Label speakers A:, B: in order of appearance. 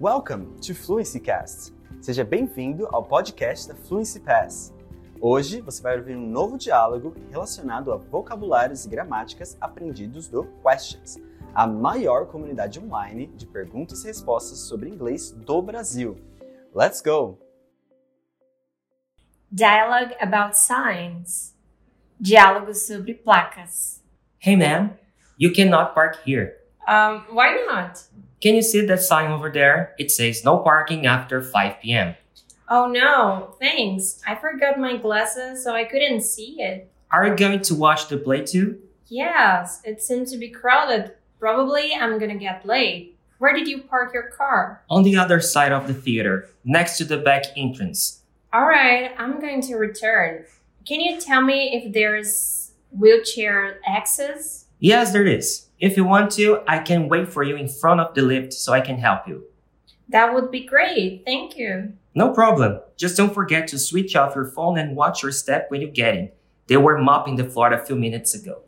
A: Welcome to Fluency Cast. Seja bem-vindo ao podcast da Fluency Pass. Hoje você vai ouvir um novo diálogo relacionado a vocabulários e gramáticas aprendidos do Questions, a maior comunidade online de perguntas e respostas sobre inglês do Brasil. Let's go!
B: Dialogue about signs. Diálogo sobre placas.
C: Hey man, you cannot park here.
B: Um, why not?
C: Can you see that sign over there? It says no parking after 5 p.m.
B: Oh no, thanks. I forgot my glasses, so I couldn't see it.
C: Are you going to watch the play too?
B: Yes, it seems to be crowded. Probably I'm gonna get late. Where did you park your car?
C: On the other side of the theater, next to the back entrance.
B: Alright, I'm going to return. Can you tell me if there's wheelchair access?
C: Yes, there is. If you want to, I can wait for you in front of the lift so I can help you.
B: That would be great, thank you.
C: No problem. Just don't forget to switch off your phone and watch your step when you get in. They were mopping the floor a few minutes ago.